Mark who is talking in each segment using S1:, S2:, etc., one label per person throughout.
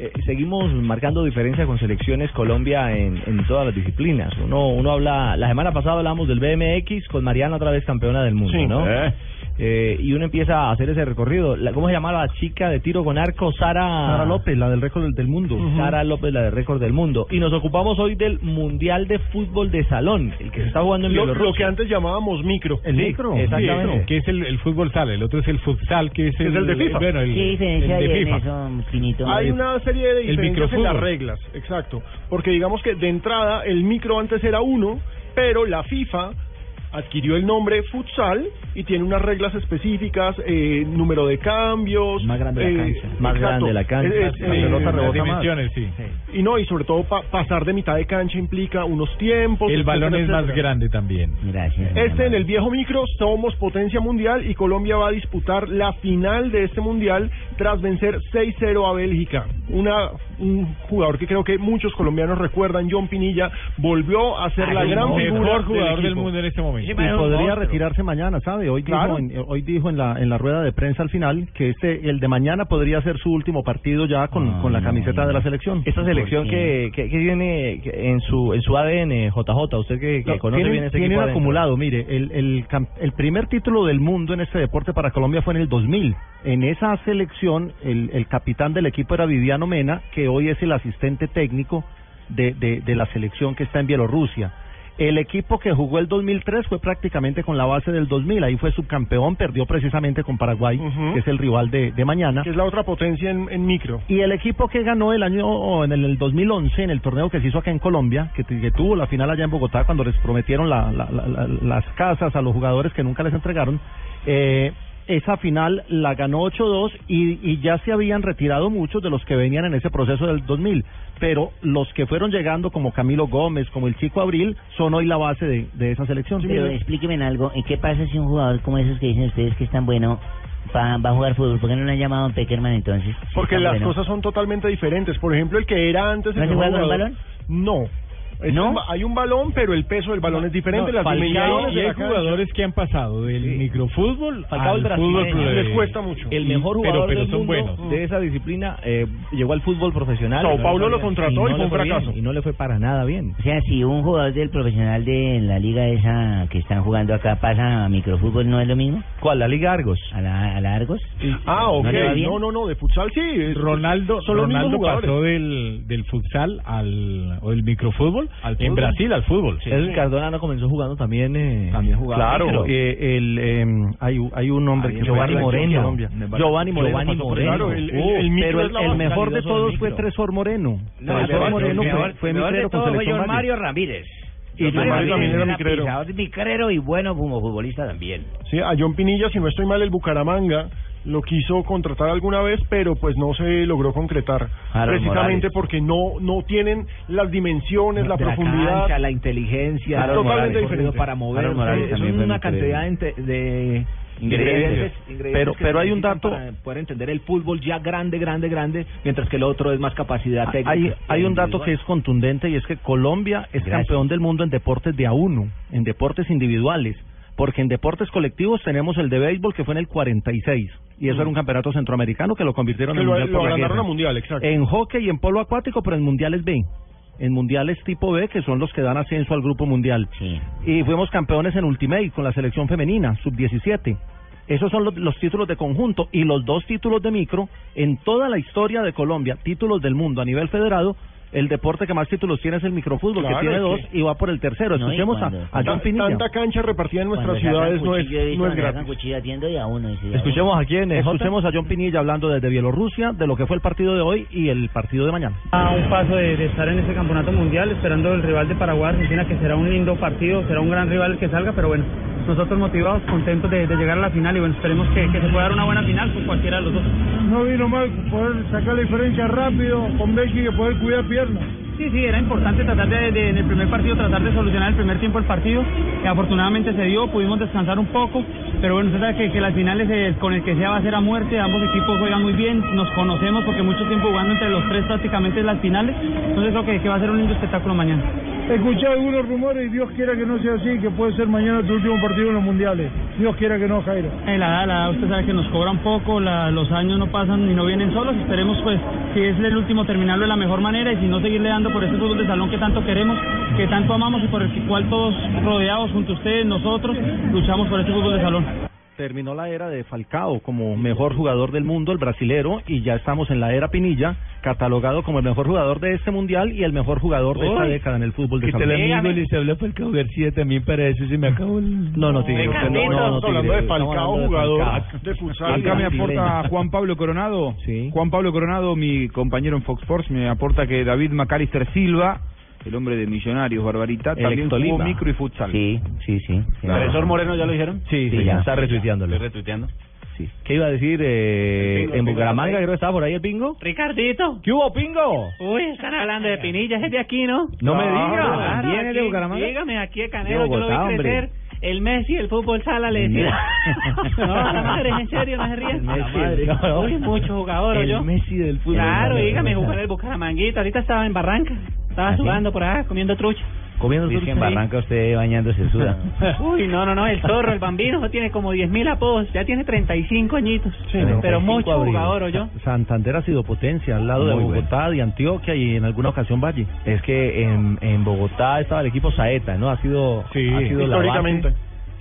S1: Eh, seguimos marcando diferencia con selecciones Colombia en, en todas las disciplinas. Uno, uno habla, la semana pasada hablamos del BMX con Mariana otra vez campeona del mundo, ¿no?
S2: ¿eh?
S1: Eh, y uno empieza a hacer ese recorrido. La- ¿Cómo se llamaba la chica de tiro con arco? Sara,
S2: Sara López,
S1: la del récord del mundo. Sara López, la del récord del mundo. Y nos ocupamos hoy del Mundial de Fútbol de Salón, el que se está jugando en
S2: Lo,
S1: Bielorrusia.
S2: lo que antes llamábamos micro.
S1: El micro. Exactamente.
S3: que es el, el fútbol sala, el otro es el futsal, que es
S2: es
S3: el,
S2: el de FIFA.
S3: Bueno, el,
S4: ¿Qué diferencia
S3: el de
S4: hay en
S3: FIFA.
S4: eso, Finito?
S2: Hay una serie de
S3: El
S2: diferencias en
S3: microfútbol.
S2: las reglas, exacto. Porque digamos que de entrada el micro antes era uno, pero la FIFA adquirió el nombre futsal y tiene unas reglas específicas, eh, número de cambios,
S4: Más grande la
S2: eh,
S4: cancha.
S1: Más
S2: exacto.
S1: grande la cancha,
S2: Es-
S1: la
S3: Sí,
S2: es-
S1: pelota
S3: las
S1: rebota más.
S3: dimensiones, sí.
S2: Y no, y sobre todo pa- pasar de mitad de cancha implica unos tiempos.
S3: El balón es
S2: etcétera,
S3: más
S2: etcétera.
S3: grande también.
S4: Gracias.
S2: Este en el viejo micro somos potencia mundial y Colombia va a disputar la final de este mundial tras vencer 6-0 a Bélgica. Una, un jugador que creo que muchos colombianos recuerdan, John Pinilla, volvió a ser la
S3: El
S2: gran figura
S3: mejor jugador del,
S2: equipo.
S3: mundo en este momento.
S1: Y podría
S3: retirar
S1: retirarse mañana, ¿sabe? Hoy
S2: Claro.
S1: dijo, en, hoy dijo en, la, en la rueda de prensa al final que este, el de mañana podría ser su último partido ya con, con la camiseta de la selección. Esta selección que, que, tiene en su, en su ADN, JJ, usted que, conoce bien ese tienen acumulado, mire, el, el, cam- el primer título del mundo en este deporte para Colombia fue en el 2000. En esa selección, el, el capitán del equipo era Viviano Mena, que hoy es el asistente técnico de, de, de la selección que está en Bielorrusia. El equipo que jugó el 2003 fue prácticamente con la base del 2000. Ahí fue subcampeón, perdió precisamente con Paraguay,
S2: Ujú.
S1: que es el rival de, de mañana.
S2: Que es la otra potencia en, en micro.
S1: Y el equipo que ganó el año, o en el, el 2011, en el torneo que se hizo acá en Colombia, que, t- que tuvo la final allá en Bogotá, cuando les prometieron la- la- la- la- las casas a los jugadores que nunca les entregaron, eh, esa final la ganó 8-2 y, y ya se habían retirado muchos de los que venían en ese proceso del 2000. Pero los que fueron llegando, como Camilo Gómez, como el Chico Abril, son hoy la base de, de esa selección.
S4: Pero explíquenme en algo, ¿y qué pasa si un jugador como esos que dicen ustedes que es tan bueno va, va a jugar fútbol? ¿Por qué no lo han llamado a Peckerman entonces? Si es
S2: Porque
S4: tan
S2: las
S4: bueno.
S2: cosas son totalmente diferentes. Por ejemplo, el que era antes...
S4: ¿No
S2: el
S4: se
S2: mejor
S4: juega con el
S2: jugador- No. Es
S4: ¿No?
S2: un ba- hay un balón, pero el peso del balón es diferente. las
S3: Falcao,
S2: dimensiones
S3: y
S2: de
S3: hay
S2: la cancha.
S3: jugadores que han pasado del microfútbol
S1: Falcao, el
S3: al fútbol
S1: brasileño,
S3: pro-
S2: les cuesta mucho.
S3: el mejor Pero- jugador pero del son mundo buenos.
S1: de esa disciplina eh, llegó al fútbol profesional.
S2: Sao
S1: Y no le
S2: Paulo
S1: fue
S2: lo
S1: bien.
S2: contrató y
S1: no
S2: fue
S1: le
S2: un fracaso.
S1: bien, y no le fue para nada bien.
S4: O sea, si un jugador del profesional de la liga esa que están jugando acá pasa a microfútbol, ¿no es lo mismo?
S1: ¿Cuál? La Liga Argos.
S4: ¿A la, a la Argos?
S2: Ah, ok.
S4: ¿No le va bien?
S2: No, no, no. De futsal sí. es-
S3: Ronaldo,
S2: son los mismos
S3: Ronaldo
S2: jugadores.
S3: pasó del, del futsal al o del microfútbol en
S1: fútbol.
S3: Brasil al fútbol.
S1: El Cardona no comenzó jugando también. eh,
S3: También jugaba.
S1: Claro.
S3: Pero-
S1: eh, el, eh, hay, u- hay un hombre
S3: Ahí
S1: que
S3: Giovanni
S1: fue selección
S3: Moreno.
S1: Colombia. Giovanni Moreno.
S3: Giovanni
S1: pasó por
S3: Moreno.
S1: el-
S2: Claro, el- el-
S1: Uh,
S2: el micro
S1: pero
S2: es
S1: el,
S2: la
S1: el
S2: más
S1: mejor de
S3: calidoso del
S1: todos fue
S3: micro.
S1: Tresor Moreno.
S3: No,
S1: Tresor
S3: el
S1: Moreno
S3: mejor-
S1: fue, fue micrero con selección Mario.
S4: Ramírez.
S2: Y John Mario también era micrero.
S4: micrero y bueno como futbolista también.
S2: Sí, a John Pinilla, si no estoy mal, el Bucaramanga lo quiso contratar alguna vez, pero pues no se logró concretar.
S4: Harold
S2: precisamente
S4: Morales.
S2: porque no no tienen las dimensiones, la
S5: de
S2: profundidad.
S5: cancha, la inteligencia,
S2: Claro, Morales.
S5: totalmente diferente.
S2: Para
S5: para
S2: moverse.
S5: mover,
S4: Morales
S5: es
S4: también fue
S5: una
S4: muy
S5: cantidad de, inte- de ingredientes, ingredientes
S1: Pero-
S5: que
S1: pero
S5: se
S1: hay un
S5: necesitan
S1: dato-
S5: para poder entender el fútbol ya grande, grande, grande, mientras que el otro es más capacidad técnica.
S1: Ah, Hay, hay un dato
S5: individual.
S1: que es contundente y es que Colombia es
S4: Gracias.
S1: campeón del mundo en deportes de a uno, en deportes individuales, porque en deportes colectivos tenemos el de béisbol que fue en el 46 y eso era un campeonato centroamericano que lo convirtieron
S2: Que
S1: en
S2: lo,
S1: mundial
S2: lo
S1: por la
S2: agrandaron
S1: guerra.
S2: a mundial, exacto.
S3: Eh,
S1: En hockey y en polo acuático, pero en mundiales B, en mundiales tipo B que son los que dan ascenso al grupo mundial.
S4: Sí.
S1: Y fuimos campeones en Ultimate con la selección femenina, sub-17. Esos son los, los títulos de conjunto y los dos títulos de micro en toda la historia de Colombia, títulos del mundo a nivel federado. El deporte que más títulos tiene es el microfútbol,
S2: Claro,
S1: que tiene
S2: es
S1: dos
S2: que-
S1: y va por el tercero.
S4: No, y
S1: Escuchemos a,
S4: cuando-
S1: a John
S2: Ta-
S1: Pinilla.
S2: Tanta cancha repartida en nuestras
S4: Cuando sacan
S2: ciudades no es,
S4: cuchillo, he visto
S2: no es
S4: cuando sacan
S2: gratis.
S4: cuchillo atiendo de a uno. dice, de a uno.
S1: Escuchemos a quién, eh, escuchemos a John Pinilla hablando desde Bielorrusia, de lo que fue el partido de hoy y el partido de mañana.
S6: a un paso de, de estar en este campeonato mundial, esperando el rival de Paraguay, Argentina, que será un lindo partido, será un gran rival el que salga, pero bueno, nosotros motivados, contentos de, de llegar a la final y bueno, esperemos que, que se pueda dar una buena final con cualquiera de los dos.
S2: No vino mal poder sacar la diferencia rápido con Becky que poder cuidar piernas.
S6: Sí, sí, era importante tratar de, de- en el primer partido, tratar de solucionar el primer tiempo el partido. que afortunadamente se dio, pudimos descansar un poco, pero bueno, usted sabe que, que las finales eh, con el que sea va a ser a muerte, ambos equipos juegan muy bien, nos conocemos porque mucho tiempo jugando entre los tres prácticamente en las finales, entonces creo que, que va a ser un lindo espectáculo mañana.
S2: Escuché algunos rumores y Dios quiera que no sea así, que puede ser mañana tu último partido en los mundiales. Dios quiera que no, Jairo.
S6: Eh, la edad, la edad, usted sabe que nos cobra un poco, la- los años no pasan y no vienen solos, esperemos pues si es el último terminarlo de la mejor manera y si no seguirle dando por ese fútbol de salón que tanto queremos, que tanto amamos y por el cual todos rodeados junto a ustedes, nosotros, luchamos por ese fútbol de salón.
S1: Terminó la era de Falcao como mejor jugador del mundo, el brasilero, y ya estamos en la era Pinilla, catalogado como el mejor jugador de este mundial y el mejor jugador de esta
S3: Uy,
S1: década en el fútbol de
S3: Que
S1: San
S3: Telemundo les habla Falcao García también para eso se me acabó el...
S1: No, no, Tigre.
S2: Venga,
S1: usted no,
S2: Tito,
S1: no, no,
S2: estamos hablando
S1: Tigre,
S2: de Falcao,
S1: estamos hablando
S2: jugador Ah,
S1: Falcao.
S2: de futsal.
S3: Acá me
S1: Brasileño.
S3: aporta Juan Pablo Coronado.
S1: Sí.
S3: Juan Pablo Coronado, mi compañero en Fox Sports, me aporta que David Macalister Silva, el hombre de Millonarios, Barbarita,
S1: El
S3: también
S1: ex
S3: jugó
S1: Tolima.
S3: micro y futsal.
S4: Sí, sí, sí.
S3: Profesor
S5: Moreno ya lo dijeron?
S1: Sí,
S4: Sí,
S1: sí,
S4: ya.
S1: está retuiteándolo.
S5: retuiteando.
S1: Sí. ¿Qué iba a decir? eh, en Bucaramanga creo que estaba por ahí el bingo.
S6: Ricardito,
S1: ¿Qué hubo, pingo?
S6: uy, están hablando de Pinilla, es de aquí, ¿no?
S1: No me
S3: Claro,
S1: digas.
S3: claro,
S1: ¿Viene de Bucaramanga?
S6: Dígame, aquí de
S1: Canelo,
S6: Canelo,
S1: De yo lo vi
S6: yo lo
S1: Bogotá,
S6: vi
S1: crecer.
S6: crecer.
S1: hombre.
S6: El Messi, el fútbol sala, le
S4: decía.
S6: decía.
S4: No,
S6: No,
S4: la
S6: madre, en serio, no se
S1: El
S6: ríen.
S1: Messi, no.
S6: Uy, mucho jugador,
S1: el
S6: yo.
S1: Messi del fútbol.
S6: Claro,
S1: No, no,
S6: dígame,
S1: no, no.
S6: jugar el Bucaramanguita. Ahorita estaba en Barranca. Estaba
S4: ¿Ah, sí?
S6: sudando por acá, comiendo trucha.
S1: Comiendo
S4: Dice que en
S1: trucha.
S4: Barranca usted bañándose suda.
S6: Uy, no, no, no, el zorro, el bambino, eso tiene como 10.000 apodos. Ya tiene 35 añitos. pero
S1: 35
S6: mucho
S1: abril.
S6: jugador, yo.
S1: Santander ha sido potencia al lado de
S4: Muy
S1: Bogotá, de Antioquia y en alguna ocasión Valle. Es que en, en Bogotá estaba el equipo Saeta, ¿no? Ha sido,
S3: Sí,
S1: ha sido la base.
S2: históricamente.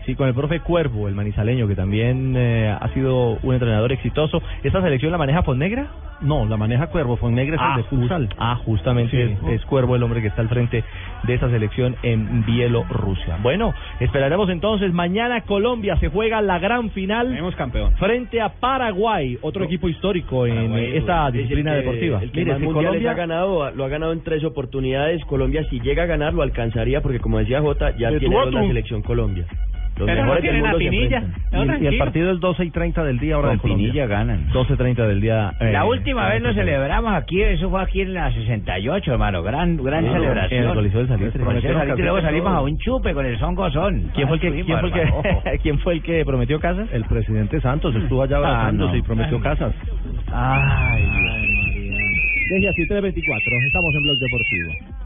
S1: Sí, con el profe Cuervo, el manizaleño, que también eh, ha sido un entrenador exitoso. ¿Esta selección la maneja Fonnegra? No, la maneja Cuervo. Fonnegra es el de futsal. Ah, justamente
S2: Sí.
S1: es, es Cuervo el hombre que está al frente de esa selección en Bielorrusia. Bueno, esperaremos entonces. Mañana Colombia se juega la gran final
S3: Tenemos campeón.
S1: frente a Paraguay, otro equipo histórico en
S3: Paraguay,
S1: eh, esta
S3: es el
S1: disciplina
S3: que-
S1: deportiva.
S3: el que
S1: Mire,
S3: más
S1: si
S3: mundiales
S1: Colombia
S3: ha
S1: ganado, lo ha ganado en tres oportunidades. Colombia si llega a ganar lo alcanzaría porque como decía Jota, ya
S2: De tiene tú a gol la tú.
S1: selección Colombia.
S6: Pero no tienen a Pinilla. No,
S1: Y, el
S6: tranquilo.
S1: partido es 12 y 30 del día ahora
S4: Con
S1: de Colombia.
S4: Pinilla ganan.
S1: 12.30 del día. eh,
S4: La última
S1: ahora
S4: vez
S1: de
S4: lo
S1: Colombia.
S4: celebramos aquí, eso fue aquí en la 68, hermano. Gran gran
S1: Sí,
S4: celebración.
S1: en el Coliseo del Salitre.
S4: En el Coliseo del Salitre, Luego
S1: Prometieron
S4: salimos
S1: casarse
S4: a un chupe con el son gozón.
S1: ¿Quién fue el que,
S4: Estuvimos,
S1: quién fue el que-
S4: hermano.
S1: quién fue el que prometió casas? Ah. El presidente Santos estuvo allá
S4: abrazándose
S1: y
S4: y
S1: prometió casas.
S4: Ay, Dios.
S1: Desde así 324, estamos en Blog Deportivo.